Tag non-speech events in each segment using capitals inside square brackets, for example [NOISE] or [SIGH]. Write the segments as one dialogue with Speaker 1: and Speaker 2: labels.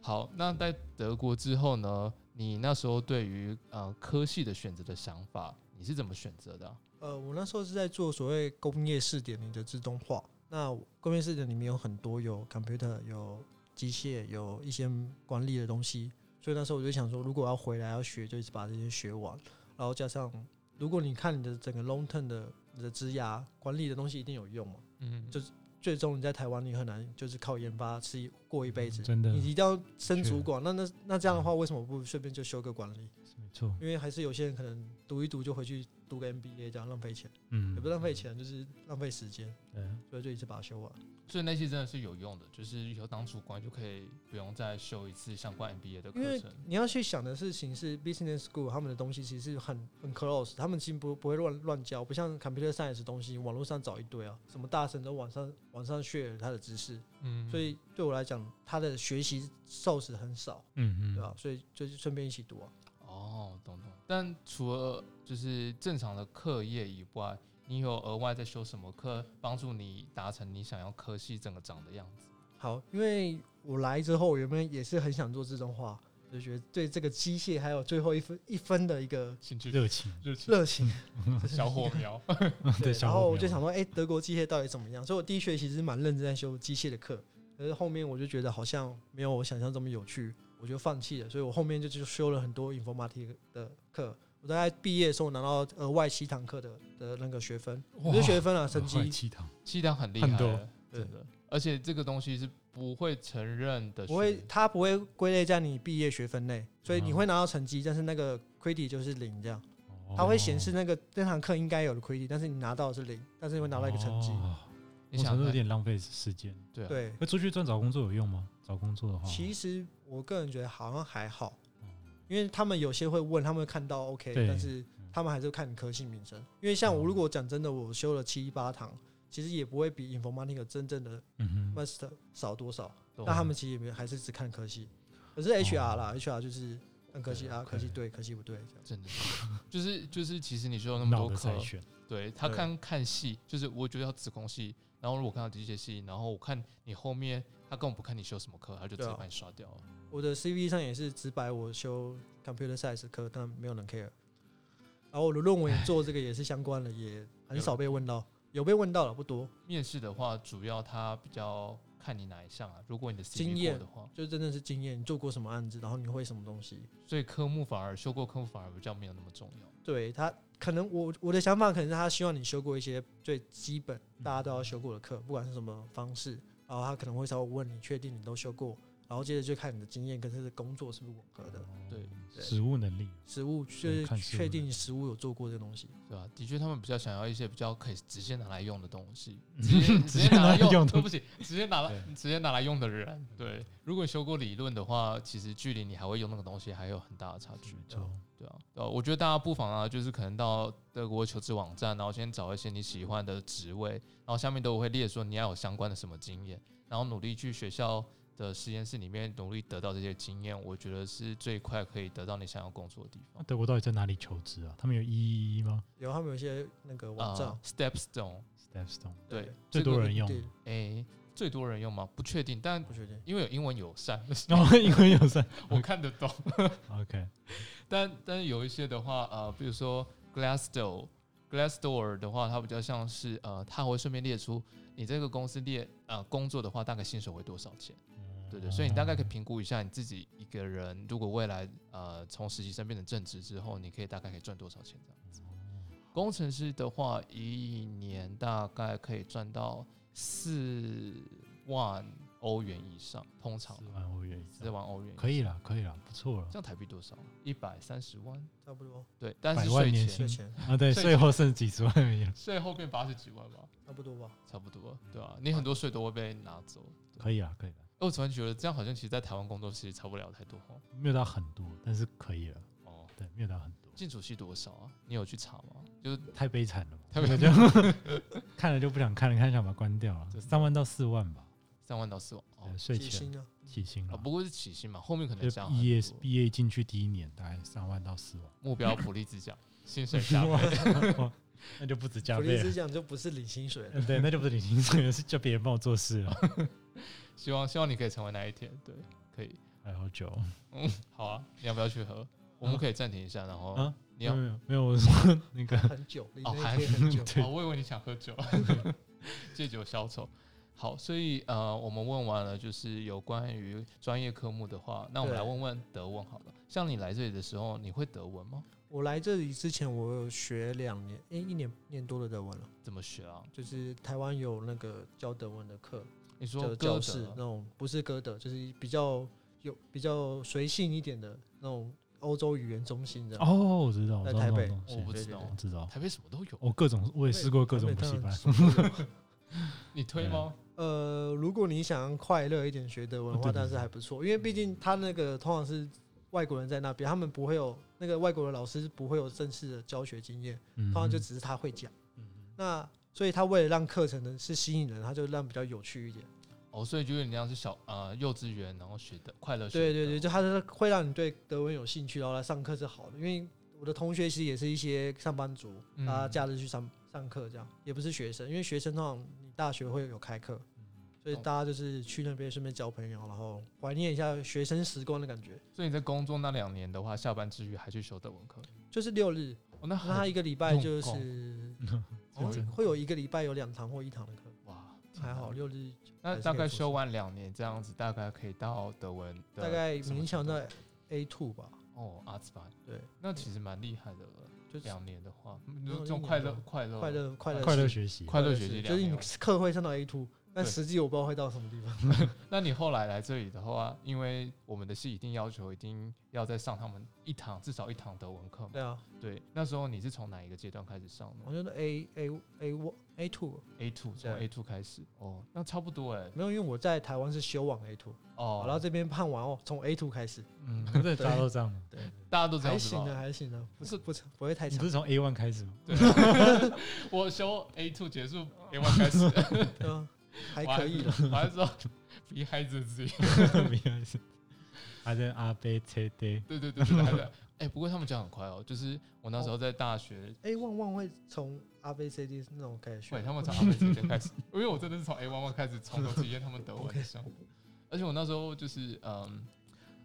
Speaker 1: 好，那在德国之后呢？你那时候对于呃科系的选择的想法，你是怎么选择的啊、
Speaker 2: 呃，我那时候是在做所谓工业试点里的自动化。那工业试点里面有很多有 computer、有机械、有一些管理的东西，所以那时候我就想说，如果要回来要学，就一直把这些学完。然后加上，如果你看你的整个 long term 的你的职涯管理的东西一定有用嘛。
Speaker 1: 嗯，
Speaker 2: 就最终你在台湾你很难就是靠研发吃一过一辈子，
Speaker 3: 嗯真的
Speaker 2: 你一定要升
Speaker 3: 确嗯
Speaker 2: 主管。那那那这样的话，为什么不顺便就修个管理？
Speaker 3: 没错，
Speaker 2: 因为还是有些人可能读一读就回去读个 MBA，这样浪费钱，
Speaker 3: 嗯
Speaker 2: 也不是浪费钱，就是浪费时间，
Speaker 3: 对啊
Speaker 2: 所以就一直把它修完。
Speaker 1: 所以那些真的是有用的，就是以后当主管就可以不用再修一次相关 MBA 的
Speaker 2: 因
Speaker 1: 课
Speaker 2: 为
Speaker 1: 程。
Speaker 2: 你要去想的事情是 business school 他们的东西其实很很 close，他们其实不不会乱乱教，不像 computer science 的东西网络上找一堆啊，什么大神都网上网上 share 他的知识，
Speaker 1: 嗯，
Speaker 2: 所以对我来讲，他的学习 source 很少，
Speaker 3: 嗯嗯，
Speaker 2: 对啊吧、所以就是顺便一起读啊。
Speaker 1: 哦，懂懂。但除了就是正常的课业以外，你有额外在修什么课，帮助你达成你想要科系整个长的样子？
Speaker 2: 好，因为我来之后，我原本也是很想做自动化，就觉得对这个机械还有最后一分一分的一个
Speaker 1: 兴趣
Speaker 3: 热情，
Speaker 1: 热
Speaker 2: [LAUGHS]
Speaker 1: 情
Speaker 2: 热情。
Speaker 1: 小火苗。 [LAUGHS]
Speaker 3: 对，
Speaker 2: 然后我就想说，哎、德国机械到底怎么样？所以我第一学期是蛮认真在修机械的课，可是后面我就觉得好像没有我想象这么有趣，我就放弃了。所以我后面就就修了很多 informatic 的课。我大概毕业的时候拿到额外七堂课的的那个
Speaker 1: [LAUGHS]
Speaker 2: 学分，不是学分啊，成绩
Speaker 3: 鸡汤，
Speaker 1: 气量很厉害
Speaker 3: 很多
Speaker 1: 了，真的。而且这个东西是不会承认的学，
Speaker 2: 不会，它不会归类在你毕业学分内，所以
Speaker 1: 嗯
Speaker 2: 你会拿到成绩，但是那个 credit 就是零这样，
Speaker 1: 哦
Speaker 2: 它会显示那个那堂课应该有的 credit，但是你拿到的是零，但是你会拿到一个成绩。
Speaker 1: 哦你
Speaker 3: 哦我
Speaker 1: 想
Speaker 3: 想
Speaker 1: 看
Speaker 3: 有点浪费时间。
Speaker 1: 对啊
Speaker 2: 对，
Speaker 3: 那出去赚找工作有用吗？找工作的话，
Speaker 2: 其实我个人觉得好像还好，因为他们有些会问，他们会看到 OK，
Speaker 3: 对
Speaker 2: 但是他们还是看你科系名称。因为像我如果讲真的，我修了七八堂，其实也不会比 informatic 真正的
Speaker 3: 嗯哼，
Speaker 2: master 少多少。
Speaker 1: 懂
Speaker 2: 那他们其实也没有还是只看科系，可是 HR 啦，HR 就是看科系
Speaker 1: 对
Speaker 2: 啊，
Speaker 3: ，OK
Speaker 2: 科系对，科系不对这样。
Speaker 1: 真的是 [LAUGHS] 就是就是，其实你修了那么
Speaker 3: 脑
Speaker 1: 多
Speaker 3: 的
Speaker 1: 课
Speaker 3: 筛，选，
Speaker 1: 对他
Speaker 2: 对
Speaker 1: 看看戏，就是我觉得要子宫戏，然后如果看到机械系，然后我看你后面，他根本不看你修什么课，他就直
Speaker 2: 对
Speaker 1: 接
Speaker 2: 啊
Speaker 1: 把你刷掉了。
Speaker 2: 我的 CV 上也是直白，我修 computer science 科，但没有人 care。然后我的论文也做这个也是相关的，也很少被问到，有被问到了不多。
Speaker 1: 面试的话，主要他比较看你哪一项啊，如果你的 CV
Speaker 2: 经验
Speaker 1: 过的话，
Speaker 2: 就真的是经验，你做过什么案子，然后你会什么东西。
Speaker 1: 所以科目反而修过科目反而比较没有那么重要。
Speaker 2: 对他，可能我我的想法可能是他希望你修过一些最基本大家都要修过的课，不管是什么方式，然后他可能会稍微问你，确定你都修过，然后接着就看你的经验跟这个工作是不是吻合的。
Speaker 1: 对
Speaker 2: 对
Speaker 3: 实务哦能力，
Speaker 2: 实物就是
Speaker 3: 嗯看实物
Speaker 2: 确定你实物有做过这个东西，
Speaker 1: 对啊，的确，他们比较想要一些比较可以直接拿来用的东西，
Speaker 3: 嗯
Speaker 1: 直接
Speaker 3: 直
Speaker 1: 直
Speaker 3: 接
Speaker 1: 接
Speaker 3: 拿
Speaker 1: 拿来
Speaker 3: 来用
Speaker 1: 用，
Speaker 3: 的
Speaker 1: 对不起，直接拿来
Speaker 3: 对
Speaker 1: 直接拿来用的人。对，如果你修过理论的话，其实距离你还会用那个东西还有很大的差距
Speaker 3: 没。错，
Speaker 1: 对啊，呃，我觉得大家不妨啊，就是可能到德国求职网站，然后先找一些你喜欢的职位，然后下面都会列说你要有相关的什么经验，然后努力去学校的实验室里面努力得到这些经验，我觉得是最快可以得到你想要工作的地
Speaker 3: 那
Speaker 1: 方。
Speaker 3: 哦德国到底在哪里求职啊？他们有一一一吗
Speaker 2: 然后他们有一些那个网站
Speaker 3: 哦
Speaker 1: 啊、Stepstone，
Speaker 3: [LAUGHS] ？Stepstone
Speaker 1: 对，
Speaker 3: 最多人用，
Speaker 2: 对，
Speaker 1: 诶、最多人用吗？不确定，但
Speaker 2: 不确定。哦
Speaker 1: 因为有英文友善，
Speaker 3: 然后哦英文有三
Speaker 1: [LAUGHS] 我看得懂。
Speaker 3: ，OK，
Speaker 1: 但但是有一些的话，呃，比如说 Glassdoor。Glassdoor 的话，它比较像是呃，它会顺便列出你这个公司列呃工作的话，大概薪水会多少钱，对对，所以你大概可
Speaker 3: 嗯
Speaker 1: 以评估一下你自己一个人，如果未来呃从实习生变成正职之后，你可以大概可以赚多少钱这样子。工程师的话，一年大概可以赚到四万欧元以上，通常
Speaker 3: 四万欧元以
Speaker 1: 四
Speaker 3: 上，
Speaker 1: 万欧元以上
Speaker 3: 可以，了，可以了，不
Speaker 1: [LAUGHS]
Speaker 3: 错了
Speaker 1: 这样台币多少？啊一百三十万，
Speaker 2: 差不多，
Speaker 1: 对，但是
Speaker 3: 百万
Speaker 1: 税
Speaker 3: 年
Speaker 1: 前
Speaker 3: 薪
Speaker 2: 税前
Speaker 3: 啊。对，
Speaker 1: 所以
Speaker 3: 税后剩几十万而已了，
Speaker 1: 税后变八十几万吧，
Speaker 2: 差不多吧。
Speaker 1: 差不多，
Speaker 3: 嗯
Speaker 1: 对吧、你很多税都会被拿走。
Speaker 3: 可以了，可以了，
Speaker 1: 哎我突然觉得这样好像其实，在台湾工作其实差不了太多哦。
Speaker 3: 没有到很多，但是可以了，
Speaker 1: 哦，
Speaker 3: 对，没有到很多，
Speaker 1: 进主系多少啊？你有去查吗？就是
Speaker 3: 太悲惨了吧，
Speaker 1: 太悲
Speaker 3: 惨，看了就不想看了，看了想把它关掉了，
Speaker 1: 真的
Speaker 3: 三万到四万吧，
Speaker 1: [LAUGHS] 三万到四万哦
Speaker 3: 对，税
Speaker 2: 起
Speaker 3: 前
Speaker 2: 薪哦呢？
Speaker 3: 起薪
Speaker 1: 啊，
Speaker 3: 了，
Speaker 1: 不过是起薪嘛，后面可能
Speaker 3: 就
Speaker 1: 加很
Speaker 3: 毕业
Speaker 1: 多
Speaker 3: 毕业进去第一年大概三万到四万，哦
Speaker 1: 目标普利之
Speaker 3: [LAUGHS]
Speaker 1: 奖，薪水加倍。
Speaker 3: 那就不止加
Speaker 2: 普
Speaker 3: 倍
Speaker 2: 利
Speaker 3: 了
Speaker 2: 斯。讲就不是领薪水了， [LAUGHS]
Speaker 3: 嗯对，那就不是领薪水，是叫别人帮我做事了。
Speaker 1: 希望希望你可以成为那一天，对，可以。
Speaker 3: 还哎好久。哦
Speaker 1: 嗯，好啊，你要不要去喝？我们可以暂停一下，然后
Speaker 3: 啊
Speaker 1: 你要
Speaker 3: 没有没有，我说
Speaker 2: [LAUGHS]
Speaker 3: 那个
Speaker 2: 很久，离
Speaker 1: 哦
Speaker 2: 那
Speaker 1: 还
Speaker 2: 一天很
Speaker 3: [LAUGHS]
Speaker 2: 久。
Speaker 1: [LAUGHS] 哦，我以为你想喝酒，借酒消愁。好，所以呃，我们问完了，就是有关于专业科目的话，那我们
Speaker 2: 对
Speaker 1: 来问问德文好了。像你来这里的时候，你会德文吗？
Speaker 2: 我来这里之前，我有学两年，诶、一年一年多的德文了。
Speaker 1: 怎么学啊？
Speaker 2: 就是台湾有那个教德文的课，
Speaker 1: 你说
Speaker 2: 教
Speaker 1: 歌
Speaker 2: 教室那
Speaker 1: 德啊
Speaker 2: 种，不是歌德，就是比较有比较随性一点的那种欧洲语言中心的。
Speaker 3: 哦，我知道，我
Speaker 2: 在
Speaker 3: 知道
Speaker 2: 台
Speaker 3: 那
Speaker 2: 北嗯
Speaker 3: 种东
Speaker 1: 我
Speaker 3: 西，
Speaker 1: 不
Speaker 2: 对
Speaker 1: 知
Speaker 2: 对
Speaker 1: 道
Speaker 2: 对
Speaker 3: 我知道。
Speaker 1: 台北什么都有，
Speaker 3: 我各种我也
Speaker 2: 对
Speaker 3: 试过各种
Speaker 2: 台北 [LAUGHS] 当然
Speaker 3: 补习班，
Speaker 2: 什么都有
Speaker 1: 你推吗？
Speaker 2: 呃，如果你想快乐一点学德文的
Speaker 3: 哦
Speaker 2: 话，
Speaker 3: 对对
Speaker 2: 但是还不错，因为毕竟他那个通常是外国人在那边，他们不会有那个外国的老师不会有正式的教学经验，
Speaker 3: 嗯
Speaker 2: 通常就
Speaker 3: 哼
Speaker 2: 只是他会讲。
Speaker 3: 嗯
Speaker 2: 那所以他为了让课程呢是吸引人，他就让比较有趣一点。
Speaker 1: 哦，所以就有点像是小呃幼稚园，然后学的快乐学
Speaker 2: 对对
Speaker 1: 德
Speaker 2: 对，就他是会让你对德文有兴趣，然后来上课是好的。因为我的同学其实也是一些上班族，
Speaker 1: 嗯
Speaker 2: 他假日去上上课这样，也不是学生，因为学生通常你大学会有开课，所以
Speaker 1: 嗯懂
Speaker 2: 大家就是去那边顺便交朋友，然后怀念一下学生时光的感觉。
Speaker 1: 所以你在工作那两年的话，下班之余还去修德文课，
Speaker 2: 就是六日，
Speaker 1: 哦，那
Speaker 2: 那他
Speaker 1: 很
Speaker 2: 一个礼拜就
Speaker 1: [LAUGHS] 用
Speaker 2: 是
Speaker 1: 哦
Speaker 2: 会会有一个礼拜有两堂或一堂的课，
Speaker 1: 哇，天
Speaker 2: 还
Speaker 1: 哪
Speaker 2: 好。六日还
Speaker 1: 那
Speaker 2: 是
Speaker 1: 大
Speaker 2: 可以
Speaker 1: 概
Speaker 2: 做
Speaker 1: 修
Speaker 2: 出
Speaker 1: 完两年这样子，大概可以到德文的
Speaker 2: 大概
Speaker 1: 什么
Speaker 2: 勉
Speaker 1: 程
Speaker 2: 强
Speaker 1: 度
Speaker 2: 在 A two 吧，
Speaker 1: 哦阿兹巴，
Speaker 2: 对，
Speaker 1: 那其实蛮厉害的了。
Speaker 2: 就是
Speaker 1: 两年的话，嗯
Speaker 2: 没
Speaker 1: 就
Speaker 2: 有
Speaker 1: 这
Speaker 2: 一
Speaker 1: 种
Speaker 2: 年
Speaker 1: 快乐
Speaker 2: 吧
Speaker 1: 快乐
Speaker 2: 快乐快乐
Speaker 3: 快乐
Speaker 2: 是
Speaker 3: 学习，
Speaker 1: 快乐学
Speaker 2: 是
Speaker 1: 习
Speaker 2: 就
Speaker 1: 两
Speaker 2: 是
Speaker 1: 年
Speaker 2: 你
Speaker 1: 哦。
Speaker 2: 课会上到 A two，但
Speaker 1: 对
Speaker 2: 实际我不知道会到什么地
Speaker 1: [LAUGHS]
Speaker 2: 方。
Speaker 1: 那你后来来这里的话，因为我们的系一定要求一定要再上他们一堂至少一堂德文课嘛。
Speaker 2: 对啊，
Speaker 1: 对，那时候你是从哪一个阶段开始上
Speaker 2: 我
Speaker 1: 呢
Speaker 2: 觉得 A A A one A two
Speaker 1: ？A two 从
Speaker 2: 对
Speaker 1: A two 开始哦，那差不多哎。
Speaker 2: 没有，因为我在台湾是修往 A two，
Speaker 1: 哦，
Speaker 2: 然后这边判完哦，从 A two 开始，
Speaker 1: 嗯，
Speaker 3: 对，大家都这样嘛。
Speaker 1: 大家都这样
Speaker 2: 还
Speaker 1: 子
Speaker 2: 行啊
Speaker 1: 吧
Speaker 2: 的，还行的，不是不是不会太
Speaker 3: 你
Speaker 2: 长
Speaker 3: 不，是从 A one 开始吗？
Speaker 1: 对啊，我修 A two 结束 A one 开始，[LAUGHS]
Speaker 2: 对啊， [LAUGHS] 还
Speaker 1: 我
Speaker 2: 可以了。
Speaker 1: 我还是说 [LAUGHS] 逼孩子自己。
Speaker 3: [LAUGHS] 没有是，还在阿贝切的，
Speaker 1: 对对对对对还是。哎，不过他们讲很快哦，就是我那时候在大
Speaker 2: [LAUGHS]
Speaker 1: 学
Speaker 2: A one one 会从 R B C D 那种开始学
Speaker 1: 对，，他们从阿美直接开始，因为我真的是从 A 弯弯开始从头体验他们
Speaker 2: [LAUGHS]
Speaker 1: 德文的生活，而且我那时候就是嗯，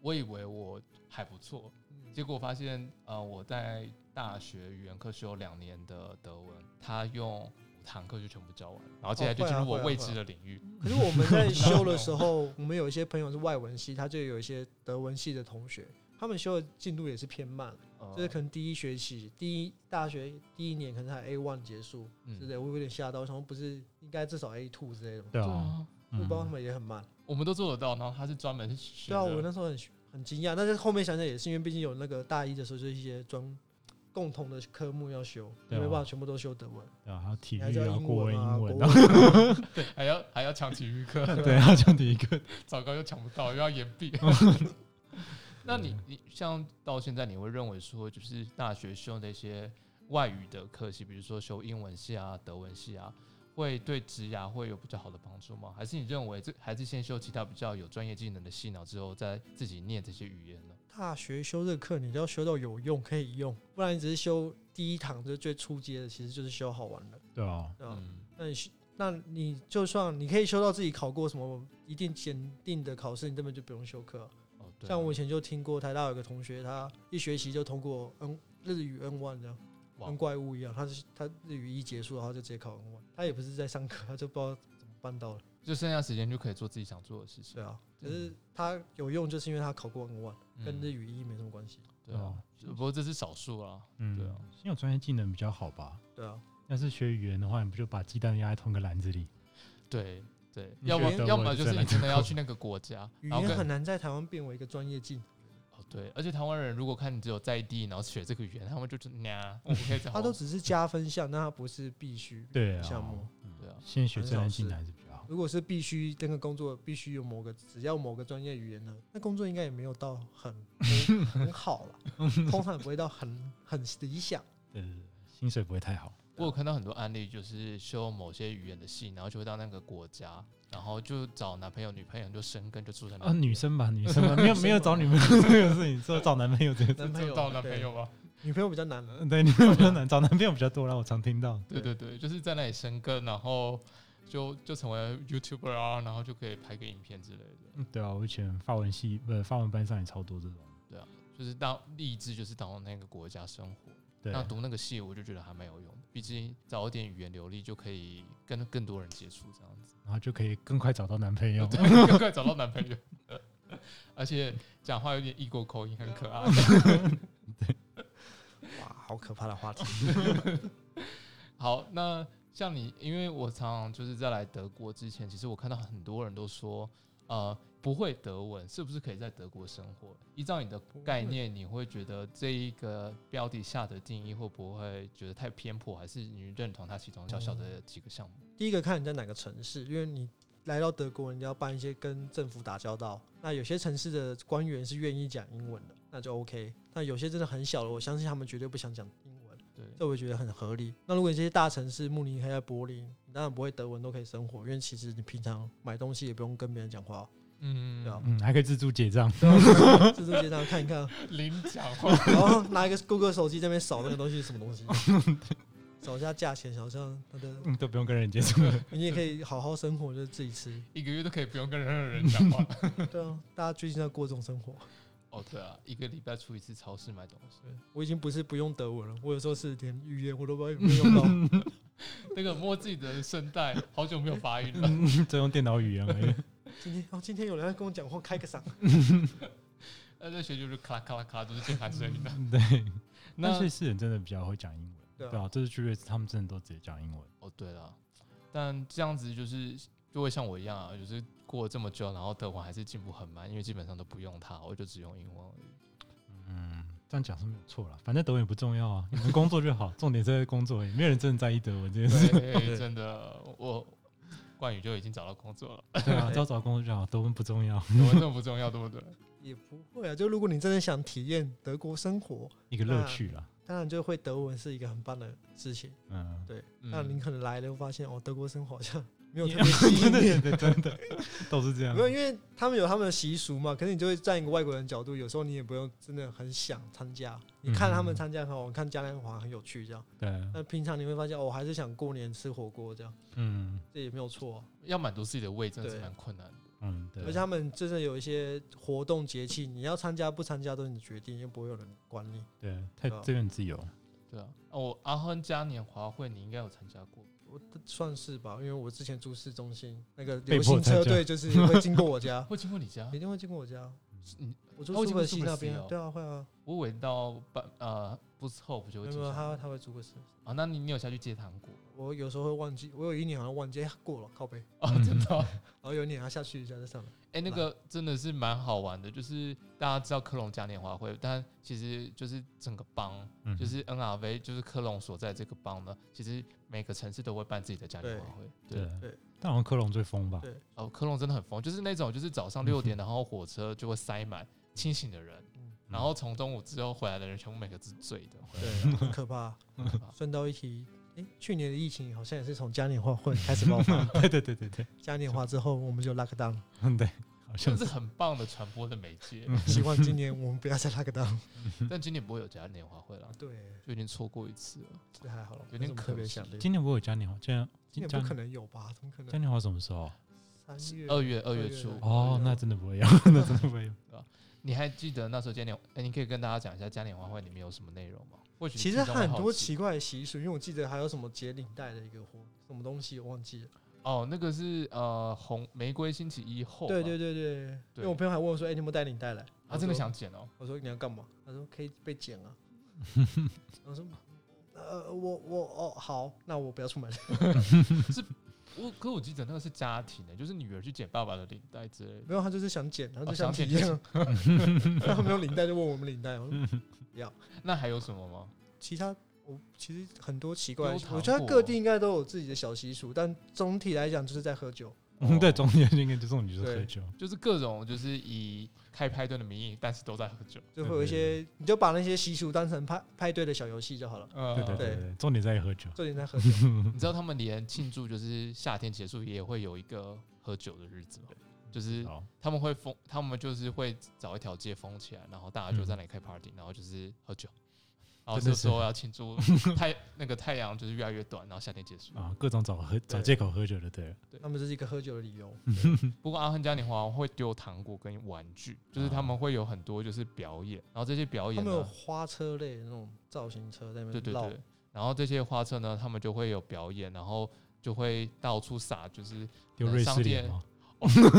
Speaker 1: 我以为我还不错，
Speaker 2: 嗯
Speaker 1: 结果发现呃我在大学语言课修两年的德文，他用五堂课就全部教完了，然后接下来
Speaker 2: 哦
Speaker 1: 就
Speaker 2: 啊
Speaker 1: 进入我未知的领域，
Speaker 2: 可是我们
Speaker 3: [LAUGHS]
Speaker 2: 在修的时候，我们有一些朋友是外文系，他就有一些德文系的同学，他们修的进度也是偏慢，
Speaker 3: 哦
Speaker 1: 呃
Speaker 2: 就是可能第一学期、第一大学第一年可能才 A one 结束，
Speaker 1: 嗯
Speaker 2: 对不对？我有点吓到，我想说不是应该至少 A two 之类的吗？
Speaker 3: 对
Speaker 1: 对
Speaker 3: 啊，
Speaker 1: 啊，
Speaker 2: 我不知道他
Speaker 3: 嗯，
Speaker 2: 们也很慢。
Speaker 1: 我们都做得到，然后他是专门学
Speaker 2: 对啊，我
Speaker 1: 的，
Speaker 2: 那时候很很惊讶，但是后面想想也是因为毕竟有那个大一的时候就是一些专共同的科目要修，
Speaker 3: 对啊
Speaker 2: 没办法全部都修德文，
Speaker 3: 对啊，还有体
Speaker 2: 你还
Speaker 3: 育
Speaker 2: 是
Speaker 3: 啊，
Speaker 2: 英
Speaker 3: 国文、
Speaker 2: 文啊、
Speaker 3: 英
Speaker 2: 国
Speaker 3: 文
Speaker 2: 文
Speaker 3: 啊，
Speaker 2: 啊。
Speaker 1: 还要还要抢体育课，
Speaker 3: 对啊，这样的一个，
Speaker 1: 糟糕又抢不到，又要延
Speaker 3: [LAUGHS]
Speaker 1: 毕。 [LAUGHS] 那你
Speaker 3: 嗯
Speaker 1: 你像到现在，你会认为说，就是大学修的一些外语的科系，比如说修英文系啊、德文系啊，会对职涯会有比较好的帮助吗？还是你认为这还是先修其他比较有专业技能的系，然后之后再自己念这些语言呢？
Speaker 2: 大学修这个课，你都要修到有用可以用，不然你只是修第一堂就是最初阶的，其实就是修好玩的，
Speaker 3: 对啊，
Speaker 2: 对吧？
Speaker 1: 嗯，
Speaker 2: 那你修那你就算你可以修到自己考过什么一定检定的考试，你根本就不用修课啊、
Speaker 1: 哦，对啊，
Speaker 2: 像我以前就听过台大有个同学，他一学期就通过 N 日语 N one 这样，
Speaker 1: 哇
Speaker 2: 跟怪物一样，他是他日语一结束，然后就直接考 N one，他也不是在上课，他就不知道怎么办到的。
Speaker 1: 就剩下时间就可以做自己想做的事情
Speaker 2: 对，啊，只是他有用，就是因为他考过 N one，
Speaker 1: 嗯
Speaker 2: 跟日语一没什么关系。
Speaker 1: 对啊
Speaker 3: 哦，
Speaker 1: 只不过这是少数啊，
Speaker 3: 嗯，
Speaker 1: 对啊，
Speaker 3: 先有专业技能比较好吧。
Speaker 2: 对啊，
Speaker 3: 要是学语言的话，你不就把鸡蛋压在同一个篮子里？
Speaker 1: 对对，
Speaker 3: 你
Speaker 1: 要
Speaker 3: 觉
Speaker 1: 么
Speaker 3: 得德
Speaker 1: 要
Speaker 3: 文
Speaker 1: 么就
Speaker 3: 是
Speaker 1: 是
Speaker 3: 哪
Speaker 1: 你真的
Speaker 3: 个
Speaker 1: 要去那个国家，
Speaker 2: 语
Speaker 1: 然后
Speaker 2: 言
Speaker 1: 跟
Speaker 2: 很难在台湾变为一个专业技能，
Speaker 1: 哦，对，而且台湾人如果看你只有在地，然后学这个语言，他们就是呀，我不可以讲。
Speaker 2: 它都只是加分项，但它不是必须。
Speaker 3: 对啊，
Speaker 2: 项目
Speaker 3: 嗯
Speaker 1: 对啊
Speaker 3: 先学专业技
Speaker 2: 很少
Speaker 3: 能还是比较好。
Speaker 2: 如果是必须这个工作必须有某个只要某个专业语言呢，那工作应该也没有到很很 [LAUGHS] 很好
Speaker 1: [LAUGHS]
Speaker 2: 了，通常也不会到很很理想。
Speaker 3: 对对对，薪水不会太好。
Speaker 1: 我有看到很多案例，就是修某些语言的戏，然后就会到那个国家，然后就找男朋友、女朋友就哦生根，就住在那
Speaker 3: 啊，
Speaker 1: 边。
Speaker 3: 女生吧，女生吧， [LAUGHS] 没有没有找女朋友这个事情，说找男朋友这个事
Speaker 2: 男
Speaker 1: 就
Speaker 2: 朋友
Speaker 1: 到男
Speaker 2: 对
Speaker 1: 朋友吧，
Speaker 2: 女朋友比较难了，
Speaker 3: 情，对，女朋友难，找男朋友比较多啦，我常听到。
Speaker 1: 对对对，就是在那里生根，然后就就成为 YouTuber 啊，然后就可以拍个影片之类的。
Speaker 3: 嗯对啊，我以前法文系呃法文班上也超多这种，
Speaker 1: 就是当立志就是到那个国家生活，
Speaker 3: 对，啊
Speaker 1: 那读那个系我就觉得还蛮有用的，毕竟早一点语言流利就可以跟更多人接触这样子，
Speaker 3: 然后就可以更快找到男朋
Speaker 1: [LAUGHS]
Speaker 3: 友。 [LAUGHS]
Speaker 1: 对，更快找到男朋友，而且讲话有点异国口音，很可爱。
Speaker 2: 哇，好可怕的话题。
Speaker 1: 好，那像你，因为我常常就是在来德国之前，其实我看到很多人都说，呃，不会德文是不是可以在德国生活？依照你的概念，你会觉得这一个标题下的定义会不会觉得太偏颇，还是你认同它其中小小的几个项目？
Speaker 2: 第一个看你在哪个城市，因为你来到德国，你要办一些跟政府打交道，那有些城市的官员是愿意讲英文的，那就 OK。那有些真的很小的，我相信他们绝对不想讲英文，
Speaker 1: 对，
Speaker 2: 这我觉得很合理。那如果你这些大城市，慕尼黑、柏林，你当然不会德文都可以生活，因为其实你平常买东西也不用跟别人讲 [LAUGHS] 话，
Speaker 1: 嗯
Speaker 2: 对啊
Speaker 3: 嗯，还可以自助结账。
Speaker 2: 自助结账看一看，
Speaker 1: 零讲话， [LAUGHS]
Speaker 2: 然后拿一个 Google 手机在那边扫那个东西是什么 [LAUGHS] 东西，扫一下价钱，好像它的，
Speaker 3: 嗯，都不用跟人接触了。
Speaker 2: 你也可以好好生活，就是自己吃。
Speaker 1: 一个月都可以不用跟任何人讲话。
Speaker 2: 对啊，大家最近在过这种生活。
Speaker 1: 哦，对啊，一个礼拜出一次超市买东西，
Speaker 2: 我已经不是不用德文了，我有时候是连语言我都不知道有没有 [LAUGHS] 用到。
Speaker 1: 那个摸自己的声带，好久没有发音了。 [LAUGHS]
Speaker 3: 嗯， [LAUGHS] 只用电脑语言而已。
Speaker 2: 今天哦，今天有人在跟我讲话，开个嗓。
Speaker 1: 那在学就是咔啦咔啦咔啦，就是键盘声音的。
Speaker 3: 对，
Speaker 1: 那
Speaker 3: 那瑞士人真的比较会讲英文。
Speaker 2: 对啊
Speaker 3: 对啊，这次去瑞士，他们真的都直接讲英文。
Speaker 1: 哦，对了，但这样子就是就会像我一样啊，就是过了这么久，然后德文还是进步很慢，因为基本上都不用它，我就只用英文而已。
Speaker 3: 嗯，这样讲是没有错啦，反正德文也不重要啊，你们工作就好，重点是在工作而已，没有人真的在意德文 [LAUGHS] 这件事。
Speaker 1: 对，哎真的，我冠宇就已经找到工作了，
Speaker 3: 对啊，只要找工作就好，德文不重要，
Speaker 1: 德文这么不重要，对不对？
Speaker 2: 也不会啊，就如果你真的想体验德国生活，
Speaker 3: 一个乐趣啦。
Speaker 2: 当然就会德文是一个很棒的事情。 [LAUGHS]
Speaker 3: 嗯，
Speaker 2: 对，
Speaker 1: 嗯
Speaker 2: 那你可能来了会发现哦，德国生活好像没有特
Speaker 3: [LAUGHS]
Speaker 2: 别吸
Speaker 3: 真
Speaker 2: 引
Speaker 3: 的
Speaker 2: 你。
Speaker 3: 真的真的都是这样
Speaker 2: 没。有，因为他们有他们的习俗嘛，可是你就会站一个外国人角度，有时候你也不用真的很想参加。你看他们参加很好玩，看嘉年华很有趣，这样。
Speaker 3: 对，啊
Speaker 2: 那平常你会发现，哦，我还是想过年吃火锅这样，
Speaker 3: 嗯
Speaker 2: 这也没有错啊、
Speaker 1: 要满足自己的胃，真的是
Speaker 2: 对
Speaker 1: 蛮困难的。
Speaker 3: 嗯，对
Speaker 2: 而且。他们真的有一些活动节气，你要参加不参加都是你决定，又不会有人管你。
Speaker 3: 对，太
Speaker 2: 对啊
Speaker 3: 这边很自由。
Speaker 1: 对啊，哦，我阿亨嘉年华会你应该有参加过，，
Speaker 2: 我算是吧，因为我之前住市中心，那个流
Speaker 3: 被迫
Speaker 2: 行
Speaker 3: 参加
Speaker 2: 车队就是会经过我家
Speaker 1: 会经过你家
Speaker 2: 一，定会经过我家。嗯
Speaker 1: 你
Speaker 2: 我住
Speaker 1: 嗯他会
Speaker 2: 苏
Speaker 1: 经过
Speaker 2: 格西
Speaker 1: 苏格
Speaker 2: 那
Speaker 1: 西
Speaker 2: 边
Speaker 1: 哦
Speaker 2: 啊，对啊，会啊，
Speaker 1: 我闻到半呃不是 hope 就
Speaker 2: 没
Speaker 1: 会
Speaker 2: 有
Speaker 1: 经
Speaker 2: 没有，
Speaker 1: 过
Speaker 2: 他他会住过西。
Speaker 1: 啊，那你你有下去接糖果
Speaker 2: [LAUGHS] 我有时候会忘记，我有一年好像忘记、哎呀过了靠背，
Speaker 1: 哦，
Speaker 3: 嗯
Speaker 1: 真的哦。
Speaker 2: 然后有一年他下去一下再上来。
Speaker 1: 哎、那个真的是蛮好玩的，就是大家知道科隆嘉年华会，但其实就是整个邦，
Speaker 3: 嗯，
Speaker 1: 就是 NRV，就是科隆所在这个邦呢，其实每个城市都会办自己的嘉年华会。对，
Speaker 3: 对啊
Speaker 2: 对。
Speaker 3: 但好像科隆最疯吧？
Speaker 2: 对
Speaker 1: 哦，科隆真的很疯，就是那种就是早上六点，然后火车就会塞满清醒的人，
Speaker 2: 嗯
Speaker 1: 然后从中午之后回来的人，全部每个是醉的。
Speaker 2: 对，很
Speaker 1: [LAUGHS]
Speaker 2: 可怕。顺道一提，哎、去年的疫情好像也是从嘉年华会开始爆发，
Speaker 1: [LAUGHS]
Speaker 3: [LAUGHS] 对对对对对
Speaker 2: 嘉年华之后我们就 lock down。
Speaker 3: 嗯 [LAUGHS] 对，好
Speaker 1: 这
Speaker 3: 像
Speaker 1: 是
Speaker 3: 是
Speaker 1: 很棒的传播的媒介，
Speaker 2: 希望今年我们不要再 lock
Speaker 1: [LAUGHS]
Speaker 2: down。
Speaker 1: 但今年不会有嘉年华会了，
Speaker 2: 对。
Speaker 1: 就已经错过一次了。
Speaker 2: 这还好了，
Speaker 1: 有
Speaker 2: 没
Speaker 1: 点
Speaker 2: 什么
Speaker 1: 可
Speaker 2: 特别
Speaker 1: 惜
Speaker 2: 想的。
Speaker 3: 今年我有嘉年华，今年
Speaker 2: 今年
Speaker 3: 嘉
Speaker 2: 不可能有吧？怎么可
Speaker 3: 嘉
Speaker 2: 能？
Speaker 3: 年华什么时候？
Speaker 2: 三月
Speaker 1: 二月二月
Speaker 2: 月
Speaker 1: 初
Speaker 2: 对
Speaker 3: 哦，
Speaker 2: 对
Speaker 3: 那真的不会有， [LAUGHS] 那真的不
Speaker 1: 哦
Speaker 3: 会有。
Speaker 1: 你还记得那时候嘉年华？哎、你可以跟大家讲一下嘉年华会里面有什么内容吗？或许
Speaker 2: 其实
Speaker 1: 听众会
Speaker 2: 很
Speaker 1: 好
Speaker 2: 多
Speaker 1: 奇
Speaker 2: 奇怪的习俗，因为我记得还有什么解领带的一个活，什么东西我忘记了。
Speaker 1: 哦，那个是呃红玫瑰星期一后吧，
Speaker 2: 对对对对，因为我朋友还问我说：“哎，你有没有带领带来？”
Speaker 1: 他真的想剪哦，
Speaker 2: 我说：“我说你要干嘛？”他说：“可以被剪
Speaker 1: [LAUGHS]
Speaker 2: 啊。”我说：“呃，我我哦好，那我不要出门。
Speaker 1: 我可我记得那个是家庭的，就是女儿去剪爸爸的领带之类”的。
Speaker 2: [LAUGHS] 没有，他就是想剪，然
Speaker 1: 哦
Speaker 2: 后就
Speaker 1: 想
Speaker 2: 想体
Speaker 1: 剪嗯
Speaker 2: 验啊。
Speaker 1: [LAUGHS]
Speaker 2: [LAUGHS] 他没有领带就问我们领带，我说
Speaker 1: 那还有什么吗？
Speaker 2: 其他我其实很多奇怪
Speaker 1: 有
Speaker 2: 的习俗，
Speaker 1: 糖
Speaker 2: 我觉得
Speaker 1: 果
Speaker 2: 各地应该都有自己的小习俗，但总体来讲就是在喝酒。
Speaker 3: 嗯，
Speaker 1: 哦
Speaker 3: 对，总结应该就重点就是
Speaker 2: 对
Speaker 3: 喝酒。
Speaker 1: 就是各种就是以开派对的名义，但是都在喝酒。
Speaker 2: 就会有一些，你就把那些习俗当成派派对的小游戏就好了。
Speaker 1: 呃，
Speaker 3: 对对对对，重点在于喝酒。
Speaker 2: 重点在喝
Speaker 1: [LAUGHS]
Speaker 2: 酒，
Speaker 1: 你知道他们连庆祝就是夏天结束也会有一个喝酒的日子吗？就是
Speaker 3: 好，
Speaker 1: 他们会封，他们就是会找一条街封起来，然后大家就在那里开 party，、然后就是喝酒。然后
Speaker 3: 真
Speaker 1: 就
Speaker 3: 的是
Speaker 1: 说要庆祝 [LAUGHS] 太那个太阳就是越来越短，然后夏天结束。
Speaker 3: 啊，各种找喝找借口喝酒就对了。
Speaker 2: 他们这是一个喝酒的理由。
Speaker 1: 不过阿亨嘉年华会丢糖果跟玩具，就是他们会有很多就是表演，然后这些表
Speaker 2: 他
Speaker 1: 演
Speaker 2: 们有
Speaker 1: 呢，
Speaker 2: 花车类的那种造型车在那
Speaker 1: 对对
Speaker 2: 边绕
Speaker 1: 对，然后这些花车呢，他们就会有表演，然后就会到处撒，就是
Speaker 3: 丢瑞士脸吗？
Speaker 1: 哦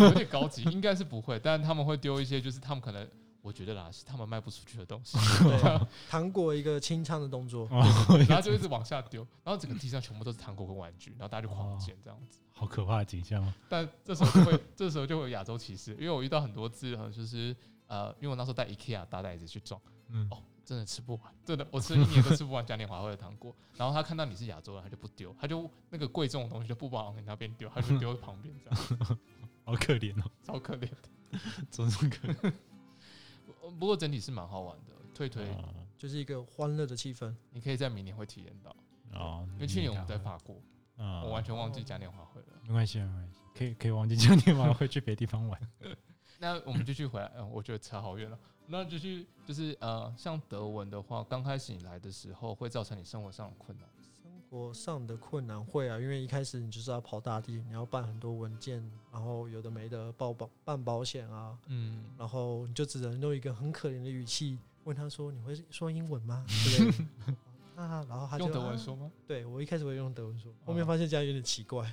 Speaker 1: 有点高级，应该是不会，但他们会丢一些就是他们可能我觉得啦是他们卖不出去的东西， [LAUGHS]
Speaker 2: 对，啊糖果一个清唱的动作， [LAUGHS]
Speaker 3: 哦，
Speaker 1: 然后就一直往下丢，然后整个地上全部都是糖果跟玩具，然后大家就狂捡这样子。
Speaker 3: 好可怕的景象哦！
Speaker 1: 但这时候就会，这时候就会有亚洲歧视，因为我遇到很多次，呃就是呃，因为我那时候带 IKEA 大袋子去撞，
Speaker 3: 嗯，
Speaker 1: 哦，真的吃不完，真的，我吃了一年都吃不完嘉年华会的糖果。然后他看到你是亚洲人，他就不丢，他就那个贵重的东西就不往你那边丢，他就丢旁边这样，
Speaker 3: 好可怜哦， [LAUGHS]
Speaker 1: 超可怜的。
Speaker 3: 真是可怜。
Speaker 1: 呃 [LAUGHS] 不过整体是蛮好玩的，退退，
Speaker 3: 啊
Speaker 2: 就是一个欢乐的气氛。
Speaker 1: 你可以在明年会体验到，
Speaker 3: 哦，
Speaker 1: 因为去年嗯我们在法国，
Speaker 3: 啊，
Speaker 1: 我完全忘记嘉年华会了。
Speaker 3: 没关系，没关系，可以可以忘记嘉
Speaker 1: [LAUGHS]
Speaker 3: 年华，会去别地方玩。
Speaker 1: 那我们继续回来，嗯，我觉得扯好远了。那继续就是呃，像德文的话，刚开始你来的时候会造成你生活上的困难，
Speaker 2: 生活上的困难会啊，因为一开始你就是要跑大地，你要办很多文件，然后有的没的报保办保险啊，
Speaker 1: 嗯，
Speaker 2: 然后你就只能用一个很可怜的语气问他说：“你会说英文吗？”之类的
Speaker 1: [LAUGHS]
Speaker 2: 啊，然后他就
Speaker 1: 用德文
Speaker 2: 啊
Speaker 1: 说吗？
Speaker 2: 对我一开始会用德文说，
Speaker 1: 哦
Speaker 2: 后面发现这样有点
Speaker 1: [LAUGHS]
Speaker 2: 奇怪，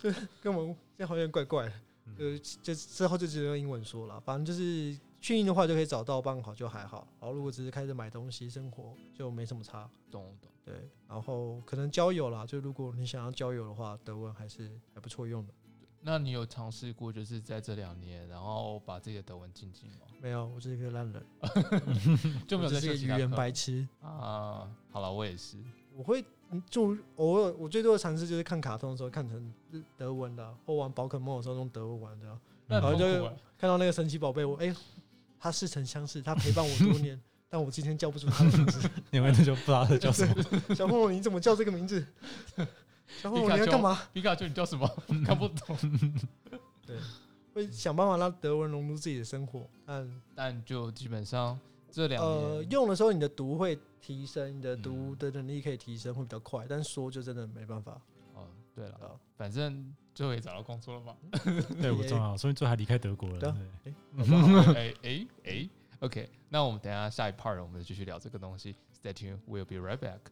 Speaker 2: 就是跟我们这样好像有点怪怪的，
Speaker 1: 嗯
Speaker 2: 呃，就之后就只能用英文说了。反正就是去英的话就可以找到办好就还好，然后如果只是开始买东西生活就没什么差。
Speaker 1: 懂懂。
Speaker 2: 对，然后可能交友啦，就如果你想要交友的话，德文还是还不错用的。
Speaker 1: 那你有尝试过就是在这两年，然后把自己的德文精进吗？
Speaker 2: 没有，我就是一个烂人，
Speaker 1: 就没有
Speaker 2: 嗯我
Speaker 1: 在
Speaker 2: 就
Speaker 1: 修
Speaker 2: 是一个
Speaker 1: 其
Speaker 2: 语
Speaker 1: 他
Speaker 2: 言
Speaker 1: 课
Speaker 2: 白痴。
Speaker 1: 啊？好了，我也是，
Speaker 2: 我会嗯就偶尔，我最多的尝试就是看卡通的时候看成日德文的啊，或玩宝可梦的时候用德文玩的啊。
Speaker 3: 嗯
Speaker 1: 那
Speaker 2: 好
Speaker 1: 很
Speaker 2: 就
Speaker 1: 痛苦欸
Speaker 2: 看到那个神奇宝贝，我哎、它似曾相识，它陪伴我多年，
Speaker 1: [LAUGHS]
Speaker 2: 但我今天叫不出它的名字。
Speaker 3: 你们就不知道他叫什
Speaker 1: [LAUGHS]
Speaker 3: 么，
Speaker 2: 小朋友，你怎么叫这个名字？小朋友，
Speaker 1: 皮卡
Speaker 2: 你要
Speaker 1: 丘
Speaker 2: 干嘛？
Speaker 1: 皮卡丘，你叫什
Speaker 2: [LAUGHS]
Speaker 1: 么？看不懂，
Speaker 2: 会想办法让德文融入自己的生活，但
Speaker 1: 但就基本上这两
Speaker 2: 呃，
Speaker 1: 年，
Speaker 2: 用的时候你的读会提升，你的读
Speaker 1: 嗯
Speaker 2: 的能力可以提升，会比较快。但说就真的没办法，
Speaker 1: 哦，对
Speaker 2: 对
Speaker 1: 了，
Speaker 2: 吧？
Speaker 1: 反正最后也找到工作了嘛。
Speaker 3: 对，不重要，说明最后还离开德国了。
Speaker 2: 对
Speaker 3: 对
Speaker 2: 啊
Speaker 3: 不对，
Speaker 1: [LAUGHS] 哎哎哎，OK，那我们等一下下一 part 我们继续聊这个东西。Stay tuned, we'll be right back.